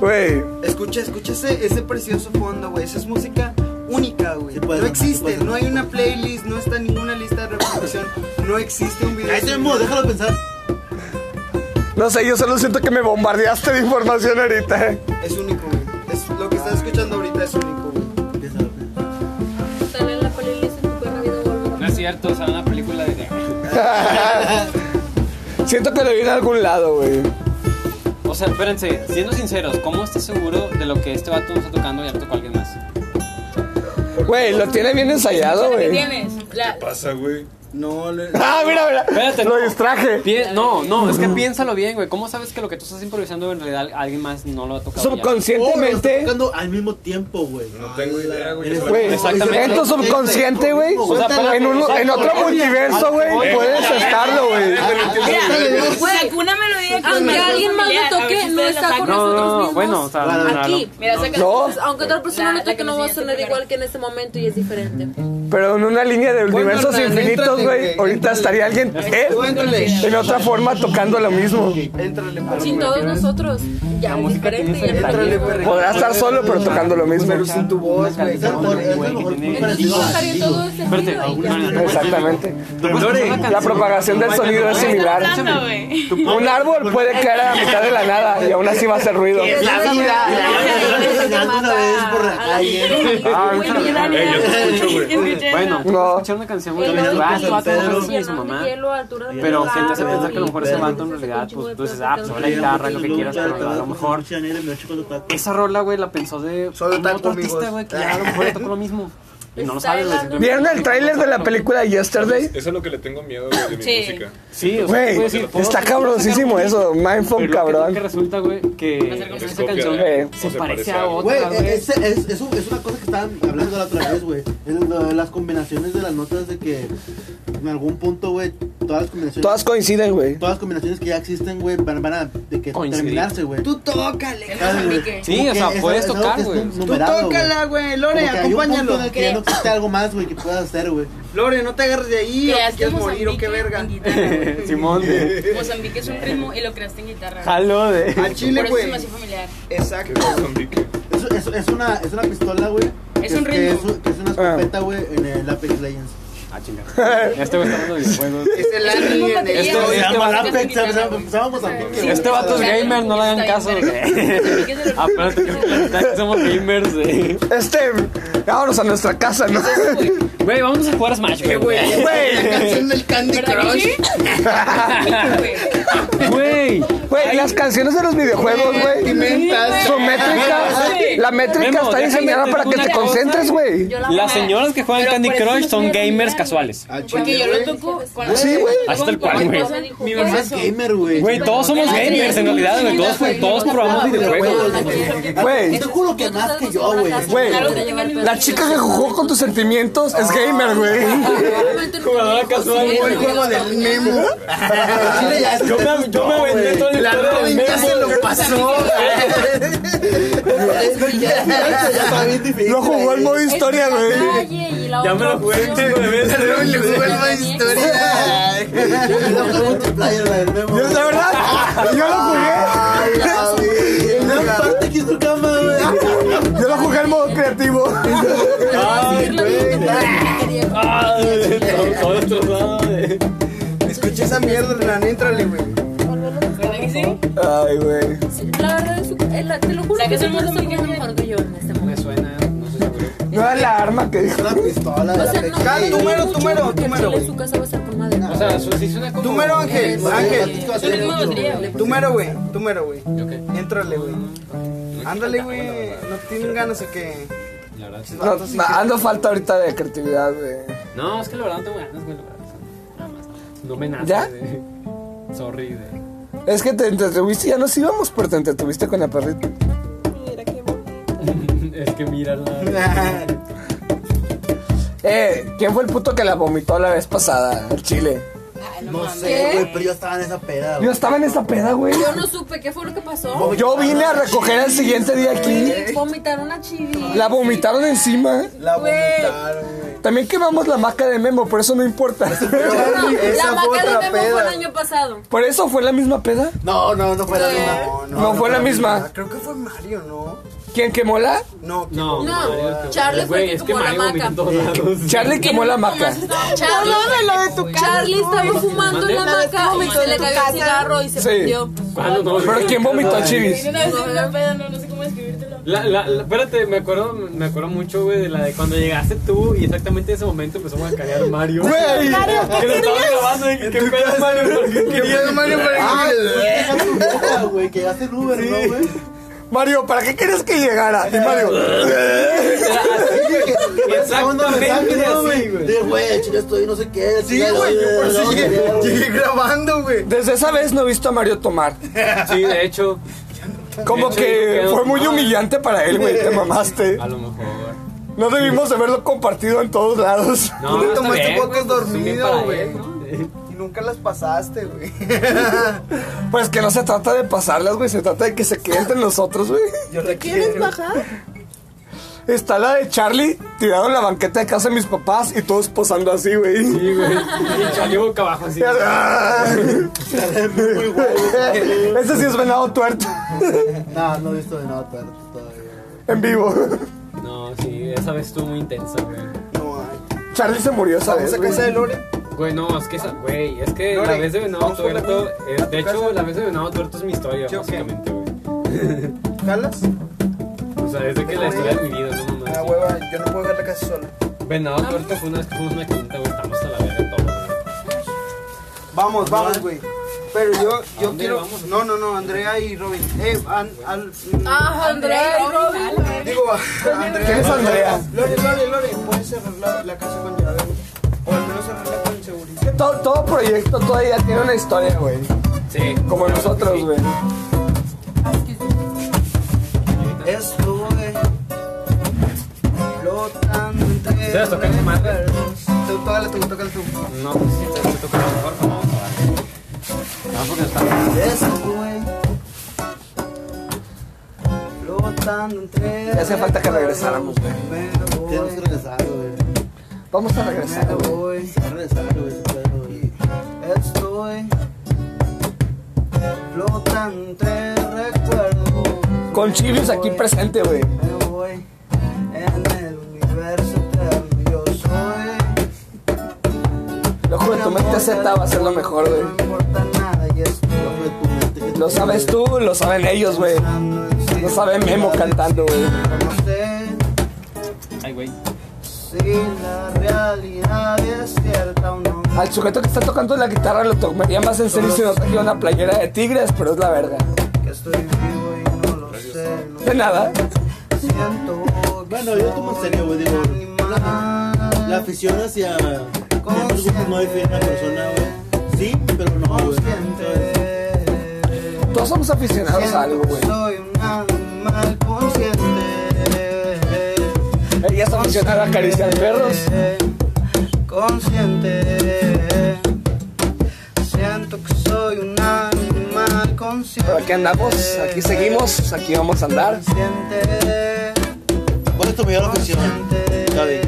C: güey.
A: Güey.
C: Escucha, escucha ese, ese precioso fondo, güey. Esa es música única, güey.
E: Sí, pues,
C: no
E: sí,
C: existe,
E: pues.
C: no hay una playlist, no está en ninguna lista de reproducción, no existe un video.
E: Ahí te mudo, déjalo pensar.
A: No sé, yo solo siento que me bombardeaste de información ahorita. *laughs*
C: Es único, güey. Es, lo que estás escuchando ahorita es único, güey.
E: Piénsalo, piénsalo.
D: Sale en la playlist en tu perra vida, güey.
B: No es cierto, o sea, una película de...
A: Siento que lo vi en algún lado, güey.
B: O sea, espérense, siendo sinceros, ¿cómo estás seguro de lo que este vato nos está tocando y ya lo tocó alguien más?
A: Güey, lo tiene bien ensayado,
D: ¿Qué
A: güey.
D: tienes? La-
F: pasa, güey?
C: No, le-
A: *laughs* Ah, mira, mira.
B: Espérate,
A: lo
B: no.
A: distraje.
B: Pi- no, no, es que piénsalo bien, güey. ¿Cómo sabes que lo que tú estás improvisando en realidad alguien más no lo ha tocado? ya?
E: Oh, lo
A: Subconscientemente.
E: está tocando al mismo tiempo, güey.
F: No tengo idea, güey.
E: Eres- Este,
A: Güey,
B: Exactamente.
A: en tu subconsciente, güey.
E: O
B: sea, espérate,
A: en, uno- en otro multiverso, güey. Puedes estarlo, güey.
G: Güey, sacó una melodía que
D: Aunque
G: me hizo
D: alguien más
G: familiar,
D: lo
G: a ver
D: toque,
G: si
D: no
G: ustedes la
D: está
G: sacan.
D: con
B: No, no, no,
D: nosotros
B: bueno, o
D: mismos.
B: sea, no, no, no.
G: Aquí, mira, saca
A: No.
D: Entonces, Aunque otra persona
G: La-
D: lo
G: la
D: toque,
G: que
D: no
G: me
D: va a
G: enseñaste
D: sonar
G: primero.
D: igual que en ese momento y es diferente.
A: Pero en una línea de universos
C: Hernán,
A: infinitos,
C: éntrale,
A: güey.
C: güey,
A: Ahorita estaría alguien, él,
C: Tú éntrale.
A: en otra forma tocando lo mismo.
C: Éntrale,
D: Sin
C: perro.
D: todos nosotros. Ya es
B: música tiene ese
D: diferente. ya es
B: detalle.
C: Éntrale,
D: diferente.
C: perro.
A: Podrá estar solo, pero tocando lo mismo.
C: Pero sin tu voz, güey.
E: Es a lo mejor- es a lo mejor muy
D: Entonces
E: parecido a
D: buscaría todo ese
B: Espérate,
D: sentido y ya.
B: alguna-
A: Exactamente.
B: Lore,
A: La propagación del sonido es similar.
G: hablando, güey.
A: Un árbol puede caer a la mitad de la nada y aún así va a hacer ruido.
E: La vida, la vida, una vez por la calle.
A: Ah,
F: yo te escucho, güey.
G: *laughs*
B: Bueno,
A: No.
B: no. escuchar una canción muy
D: El
B: bien.
D: hoyo
B: Ah,
D: que
B: este vato no
E: Pedro.
B: conoce a su mamá.
D: hielo a altura de
B: Pero
D: los
B: gente se
D: árboles.
B: piensa que a lo mejor ese
E: Pedro.
B: vato en realidad, pues tú dices, ah, pues habla guitarra, lo que quieras, pero a lo mejor.
E: Chanel, me ocho con los tacos.
B: Esa rola, güey, la pensó de
C: Soy
B: un
C: otaku,
B: otro artista,
C: amigos.
B: güey, que a lo mejor le tocó lo mismo.
H: Y no lo sabes, güey. simplemente-
A: ¿Vieron el tráiler de la película Yesterday?
F: Eso es lo que le tengo miedo, güey, de mi
G: Sí.
F: música.
B: Sí, o sea,
A: Güey,
B: te puedo decir, puedo
A: está
B: sacar-
A: cabrosísimo eso. Mindfuck,
B: Pero lo que
A: cabrón. eh.
B: resulta, güey,
G: Va a ser
B: que
G: como
F: Es
B: esa
F: copia de-
B: canción
A: güey,
F: o
B: se parece a
F: algo.
E: Güey,
B: otra, güey.
E: es, es, es un- es una cosa que estaban hablando la otra vez, güey. Es lo de Las combinaciones de las notas de que en algún punto, güey, todas las combinaciones.
A: Todas coinciden, güey.
E: todas las combinaciones que ya existen, güey, van, van a de que
H: Coincidir.
E: terminarse, güey.
C: Tú tócale.
E: Claro, güey.
G: Mozambique.
B: Sí,
E: Como
B: o
E: que
B: sea,
E: es-
B: puedes
E: es algo
B: tocar,
E: que es
B: güey.
E: num-
C: Tú
E: numerado, güey.
C: tócala, güey. Lore,
E: Como que hay un punto
C: acompáñalo.
E: en el que ya no existe algo más, güey, que puedas hacer, güey.
C: Lore, no te agarres de ahí o te
G: Creaste
C: quieres morir o
G: Mozambique
C: qué verga.
G: en guitarra. *laughs*
B: Simón, de
G: güey. Mozambique es un ritmo y lo creaste en guitarra. güey.
B: Halo de.
C: Al
G: Por
C: chile,
G: eso se
C: güey.
G: me hacía familiar.
F: Que
C: Exacto.
F: es Mozambique.
E: Es, es, es, una, es una pistola, güey. que
G: un
E: que
G: ritmo.
E: es, que es una escopeta, güey, en el Apex Legends.
B: Ah, chingada. Este güey está hablando de videojuegos.
C: Es el
G: Es el mismo
C: anime en
G: material.
C: el
B: Este-
E: Se
B: este
E: llama
B: vato-
E: Apex, se llama- se llama Mozambique, güey.
B: Este vato es
G: Claro,
B: gamer, no le hagan
G: está
B: caso.
G: bien verga. ¿Qué
B: *laughs*
G: es el-
B: Apenas te que somos gamers, güey.
A: Este, vámonos a nuestra casa, ¿no?
B: Güey, vamos a jugar a Smash, güey.
C: güey. La canción del Candy
G: ¿Verdad que
C: Crush.
G: sí? Güey.
B: *laughs* Güey.
A: Güey, las canciones de los videojuegos, güey.
C: Sentimentas.
A: Su métrica,
G: güey.
A: la métrica
B: Memo,
A: está
B: déjame
A: diseñada
B: decirte
A: para que
B: una
A: te
B: cosa.
A: concentres, güey.
G: Yo la amaba.
B: Las señoras que juegan
G: Pero
B: Candy
G: por eso
B: Crush
G: no
B: son
G: soy
B: gamers
G: original.
B: casuales.
E: Ah, chile,
G: Porque yo
E: güey.
G: lo toco con la
A: Sí, güey.
B: Hasta el
G: con-
B: cual,
G: con mi
B: güey.
G: esposa dijo,
E: Mi
G: ¿qué
E: mamá
G: es
E: es
G: eso?
E: gamer, güey.
B: Güey, todos somos gamers en realidad, güey. Todos, fue- todos probamos videojuegos.
A: Güey.
E: Te juro que más que yo, güey.
A: Güey, la chica que jugó con tus sentimientos es gamer, güey.
B: Jugadora casual,
C: El juego del Memo.
E: Al chile ya es-
B: Yo me, yo me vendé todo el
C: La
B: historia del
C: Robin ya
B: memo.
C: se lo pasó.
E: Ya- ya está bien difícil,
A: Lo jugó el modo historia, güey.
B: Ya me lo jugué un chingo de veces.
C: La Robin le jugó el más historia.
E: güey. Lo jugó multiplayer, güey, el memo,
A: Yo,
E: güey.
A: la verdad, yo lo
E: No, parte que es tu cama, güey.
A: jugué. Yo lo jugué en modo creativo.
B: Ah, todo- todo destrozado, güey.
C: Escuché esa mierda, Renan, éntrale, güey.
G: ¿Verdad que sí?
A: Ay, güey.
D: La verdad es eh, la- te lo juro.
G: O sea, que
D: que
G: es un
D: no
G: mundo
D: está
G: muy
D: jugando mejor que yo en este momento.
B: Me suena, no sé seguro.
A: No era la arma que dijo.
E: Una pistola.
D: O
E: de
D: sea, no.
E: Apex.
C: Cal, tú mero, tú mero,
D: Porque
C: tú mero,
D: Chile
C: güey.
D: su casa va a ser con madre.
B: O sea, su- sí suena como.
C: Tú mero, Ángel. Ángel.
G: Es un ritmo de batería, güey.
C: Tú mero, güey. Tú mero, güey.
B: Yo qué,
C: Éntrale, güey. Ándale, güey. No tienen ganas de que.
B: la verdad, sí.
A: No, no, ando falta ahorita de creatividad, güey.
B: No, es que la verdad no tengo ganas, güey. la verdad, o sea, nada más. No me nace.
A: ¿Ya?
B: de- *laughs* Sorry, de.
A: Es que te entretuviste, ya nos íbamos, pero te entretuviste con la perrita.
B: *laughs* Es que mira la.
A: *laughs* Eh, ¿quién fue el puto que la vomitó la vez pasada? El chile.
E: No sé, güey, pero yo estaba en esa peda,
A: Yo
E: güey.
A: estaba en esa peda, güey.
D: Yo no supe qué fue lo que pasó.
A: Yo vine a recoger el siguiente día aquí.
D: Vomitaron a Chibi.
A: La vomitaron encima.
E: La vomitaron,
A: También quemamos la maca de Memo, por eso no importa. *laughs*
D: No,
C: Esa
D: la
C: fue
D: maca
C: otra
D: de Memo fue el
C: peda.
D: año pasado.
A: ¿Por eso fue la misma peda?
E: No, no, no fue la misma.
C: No,
A: No fue la misma.
C: Creo que fue Mario, ¿no?
A: ¿Quién quemó la?
C: No, que-
B: No,
D: No,
B: Mario,
D: Charlie fue el que
B: es que
D: tomó la
B: Mario vomita en
D: maca.
B: todos lados.
A: *laughs* Charlie quemó la maca.
D: Charlie, Charlie estaba fumando en la maca y se le cayó el cigarro y se
A: Sí.
D: prendió.
B: ¿Cuándo no?
A: ¿Pero quién vomitó a Chivis?
G: Una vez en una peda, no, no sé cómo describírtelo.
B: La, la, la- espérate, me acuerdo, me acuerdo mucho, güey, de la de cuando llegaste tú y exactamente en ese momento empezó a caer Mario.
A: Güey. Mario,
B: que lo estaba grabando de que qué pedo
C: *laughs*
B: Mario, ¿por qué
C: que vio a Mario para que-
E: Esa es tu boca, güey, que ya en Uber, ¿no, güey?
A: Mario, ¿para qué querías que llegara? Y Mario,
B: Exactamente así, güey.
E: De, güey, chile, estoy no sé qué.
C: Sí, güey. Yo por eso llegué, llegué grabando, güey.
A: desde esa vez no he visto a Mario tomar.
B: Sí, de hecho,
A: Como que fue muy humillante para él, güey, te mamaste.
B: a lo mejor.
A: No debimos haberlo compartido en todos lados.
B: No,
C: Tú te
B: está
C: tomaste
B: bien,
C: fotos
B: güey, pues,
C: dormido,
B: bien para
C: güey.
B: él, ¿no?
C: Y nunca las pasaste, güey. *laughs*
A: Pues que no se trata de pasarlas, güey, se trata de que se queden entre nosotros, güey.
C: Yo te quieres bajar.
A: Está la de Charlie tirado en la banqueta de casa de mis papás y todos posando así, güey.
B: Sí, güey. Y Charlie boca
A: *laughs*
B: abajo así.
A: Este sí es venado tuerto
E: No, no he visto de nada pero todavía.
A: en vivo.
B: No, sí, esa vez estuvo muy intensa, güey.
C: No, ay.
A: Charlie se murió, ¿sabes?
C: Vamos a casa de
A: güey?
C: Lore.
B: Güey, no, es que esa, güey, es que
C: Lore,
B: la vez de Venado
C: vamos por la
B: Tuerto,
C: cuña,
B: eh,
C: a tu
B: de hecho,
C: casa.
B: la vez de Venado Tuerto es mi historia,
C: Sí, ok.
B: básicamente, güey.
C: ¿Jalas?
B: O sea, es de que la historia de mi vida, no mames.
C: Ah, hueva, yo no puedo ver la casa sola.
B: Venado Tuerto fue una, fue una quinta, güey, estamos a la verga todos.
C: Vamos, vamos, güey. Pero yo, yo
B: dónde
C: quiero.
B: vamos?
C: No, no, no, Andrea y Robin. Eh, an- al- mm,
D: Ah, Andrea y Robin.
C: digo,
A: *laughs*
C: a Andrea.
A: ¿Quién es Andrea?
C: Lore, Lore, Lore, puedes arreglar la casa con llave. O al menos arreglar con seguridad.
A: Todo, todo proyecto todavía tiene una historia, güey.
B: Sí.
A: Como nosotros, güey.
C: Estuve flotando entre.
B: ¿Ustedes tocan su madre?
C: Tú, tócala tú, tócala tú.
B: No, pues sí, te toca lo mejor, ¿no? No, porque está.
C: Estuve flotando entre.
A: Ya hacía falta que regresáramos, güey.
C: Me voy,
E: Tenemos que regresar, güey.
A: Vamos a
C: me
A: regresar, güey.
C: voy.
E: Regresar, güey. ese pedo, güey.
C: Estoy flotando entre recuerdos.
A: Con Chivis aquí presente, güey.
C: Me voy en el universo eterno. Yo soy.
A: Loco, tu mente Z va a ser lo mejor,
C: No
A: güey.
C: importa nada y estoy
E: Lo fue tu mente, que
A: Lo sabes tú, lo saben ellos, güey.
C: pensando en si
A: Lo sabe Memo cantando, güey.
C: no sé
B: Ay, güey.
C: si la realidad es cierta o no.
A: Al sujeto que está tocando la guitarra lo tomaría más en serio si nos trajera una playera de tigres, pero es la verdad.
C: Que estoy vivo y no lo sé. no
A: De nada.
C: Siento que
E: Bueno, yo tomo en serio, güey, digo,
C: soy un animal.
E: La afición hacia ciertos grupos no define a una persona, güey. Sí, pero no, güey. ¿sabes?
C: Consciente.
A: Todos somos aficionados a algo, güey.
C: Soy un animal consciente.
A: Ella Eh, está aficionada a acariciar perros.
C: Consciente. Siento que soy un animal consciente.
A: Pero aquí andamos, aquí seguimos, aquí vamos a andar.
C: Consciente.
E: ¿Cuál es tu mayor afición? Gaby?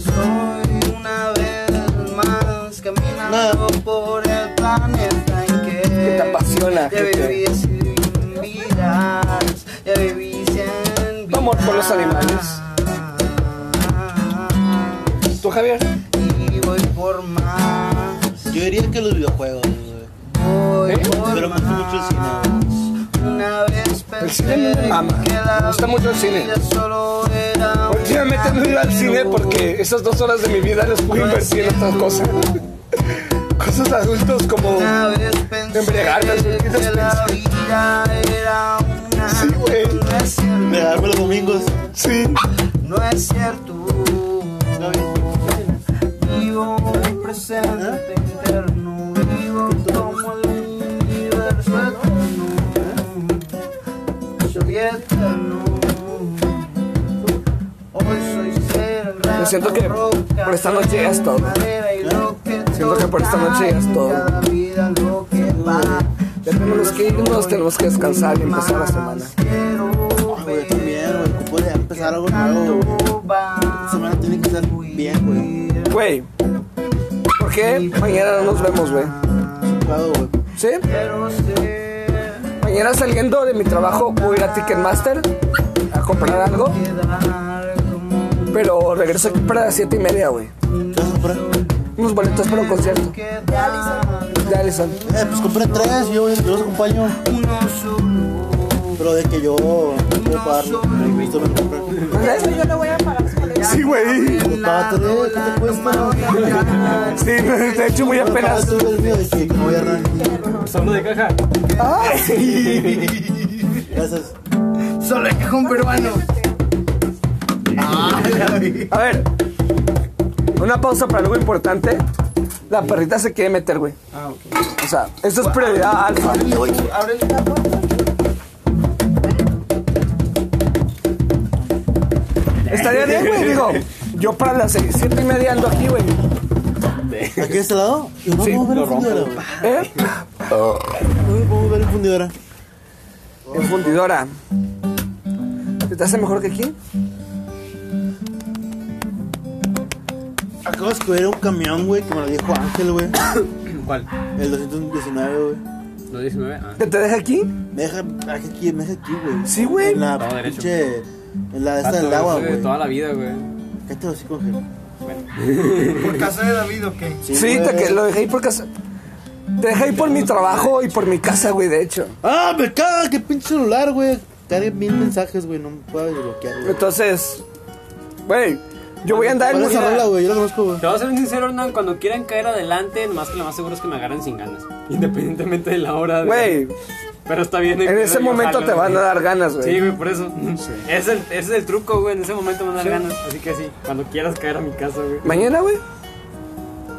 C: Soy una vez más caminando
E: Nada.
C: por el planeta en que
A: te apasiona,
C: Ya
A: que te-
C: viví sin vidas, ya viví sin vidas.
A: Tu amor por los animales. ¿Tú, Javier? ¿Eh?
C: Y voy por más.
E: Yo diría que los videojuegos, güey.
C: Voy
A: ¿Eh?
C: por
E: Pero me gusta mucho el cine,
C: más. Una vez
A: El cine me
C: pensé
A: mama.
C: que la
A: Me gusta mucho el cine.
C: vida solo era
A: Pues
C: un
A: Últimamente no he ido al cine porque esas dos horas de mi vida las pude invertir en otras cosas. *laughs* Cosas de adultos como.
C: Una vez pensé
A: Embriagarme, ¿sí? ¿Qué estás
C: que la vida era una
A: Sí, güey.
C: No es cierto,
E: Me darme los domingos.
A: Sí.
C: no es cierto. Vivo un presente interno, vivo como el universo eterno. Soy eterno. Hoy soy ser
A: Yo siento que por esta noche ya es todo.
C: Siento
A: Siento que por esta noche ya es todo.
C: Cada vida lo que va.
A: Ya tenemos que irnos, tenemos que descansar y empezar la semana.
E: Ah, güey, también, güey. Como puede empezar algo nuevo, güey. Esta semana tiene que estar bien, güey.
A: Güey, ¿por qué Eh, mañana no nos vemos, güey?
E: Claro, güey.
A: ¿Sí? Mañana saliendo de mi trabajo voy a ir a Ticketmaster a comprar algo, pero regreso aquí para las 7 y media, güey.
E: ¿Qué vas a comprar? eh,
A: Unos boletos para un concierto. De Allison.
E: Eh, pues compré tres, yo, yo los acompaño. Pero de que yo puedo pagarlo. Esto me lo compré.
A: ¿Dónde?
H: lo voy a pagar.
A: Sí, güey.
E: Pues paga tres, ¿qué te cuesta?
A: Sí, de hecho muy apenas.
E: Paga tres, mío, y sí, no voy a ganar.
B: Salud de caja.
A: ¡Ay!
E: Gracias.
C: Solo hay un peruano.
A: A ver, una pausa para algo importante. La perrita se quiere meter, güey.
C: Ah, ok.
A: O sea, esto es prioridad alfa.
C: Ábrele la puerta.
A: Estaría bien, güey, digo. Yo para las seis, siete y media ando aquí, güey.
E: ¿Aquí de este lado? Yo no
A: Sí,
E: puedo ver
A: lo
E: el fundidora. güey.
A: ¿Eh?
E: No puedo ver el fundidora.
A: En fundidora. ¿Se te hace mejor que aquí?
E: Acabo de escoger un camión, güey, que me lo dijo
A: *coughs*
E: Ángel, güey.
B: ¿Cuál?
E: El 219, güey.
B: ¿Los 19? Ah.
A: ¿Que te deja aquí?
E: Me deja me deja aquí, me deja aquí, güey.
A: Sí, güey. Ah,
E: En la
B: Todo derecho.
E: pinche. En la de esta del
B: Vato,
E: agua,
B: ese de
E: güey.
B: Toda la vida, güey.
E: ¿Qué te lo sí con Ángel?
C: ¿Por casa de David o qué?
A: Sí,
E: güey.
A: te que lo dejé ahí por casa. Te dejé ahí por mi trabajo y por mi casa, güey, de hecho.
E: ¡Ah, me caga! ¡Qué pinche celular, güey! Cargue mil mensajes, güey. No me puedo desbloquear, güey.
A: Entonces, güey, Yo voy a andar en
E: ¿Cuál es esa rola,
A: Monterrey.
E: güey? Yo la conozco, güey.
B: Te voy a ser bien sincero, Hernán, cuando quieran caer adelante, más que lo más seguro es que me agarren sin ganas. Independientemente de la hora. de-
A: Güey,
B: Pero está bien.
A: en
B: pedo,
A: ese
B: yo
A: momento
B: jalo,
A: te van a
B: güey.
A: dar ganas,
B: Sí,
A: güey.
B: güey, por eso. Ese Es el, ese es el truco, güey. En ese momento me van a dar ganas. Así que sí, cuando quieras caer a mi casa, güey.
A: Mañana, güey.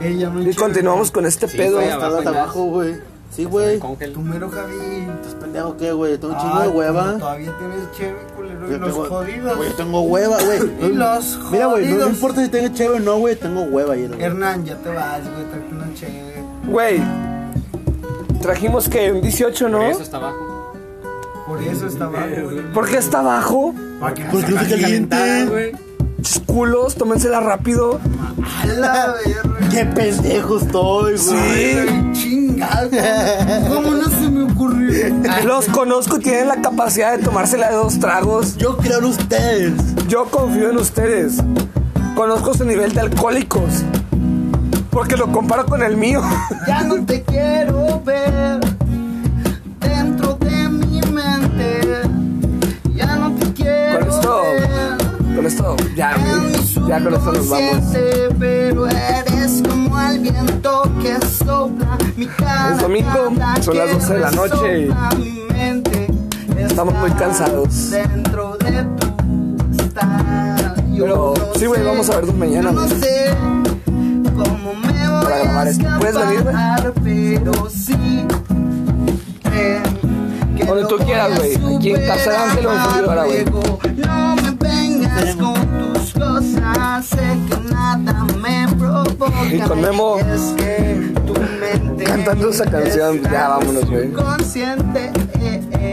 E: Ey, ya me
A: Y continuamos con este
B: Sí,
A: pedo.
B: güey,
E: Estaba hasta abajo, güey. Sí, güey.
B: Congel.
C: Tu mero Javi.
E: ¿Estás pendejo qué, güey? Tengo un chingo
C: Ah,
E: de hueva.
C: Todavía tienes chévere, culero. Y
E: Yo
C: los
E: tengo-
C: jodidos.
E: Güey, yo tengo hueva, güey.
C: Y los
E: Mira, güey, no- no,
C: jodidos.
E: importa si tengo chévere o no, güey, tengo hueva ayer, güey.
C: Hernán, ya te vas, güey. Tráete una chévere.
A: Güey, trajimos que un 18,
B: Por
A: ¿no?
B: eso está abajo.
C: Por eso estaba, güey.
A: ¿Por qué está abajo?
E: ¿Por qué no se
B: Calentada,
E: caliente?
B: güey.
A: Chis, Culos, tómensela rápido.
C: ¡Hala, verga!
E: Qué pendejo estoy, güey.
C: Ay, Chingado. ¿Cómo no se me ocurrió?
A: *laughs* Los conozco, tienen la capacidad de tomársela de dos tragos.
E: Yo creo en ustedes.
A: Yo confío en ustedes. Conozco su nivel de alcohólicos. Porque lo comparo con el mío. *laughs*
C: Ya no te quiero ver dentro de mi mente. Ya no te quiero
A: Con esto, con esto, ya, güey, ya con esto nos vamos.
C: Pero eres como el viento que sopla mi cara.
A: Es domingo, son las 12 de la noche y estamos muy cansados.
C: Dentro de tu estar. Yo
A: Pero,
C: no
A: sí, güey,
C: sé,
A: vamos a vernos mañana,
C: yo No
A: güey.
C: sé cómo me voy
A: Para grabar
C: a
A: esto. ¿Puedes venir, güey?
C: escapar, Pero sí. eh, que
A: Donde
C: lo
A: tú
C: voy
A: quieras,
C: a
A: güey. Aquí en Casa de Ángel o en
C: superar
A: Fundidora, güey.
C: luego. No me vengas con tus cosas, sé que nada me provoca.
A: Y con Memo
C: Es que tu mente
A: cantando esa canción, ya
C: está
A: vámonos, güey.
C: subconsciente, eh, eh.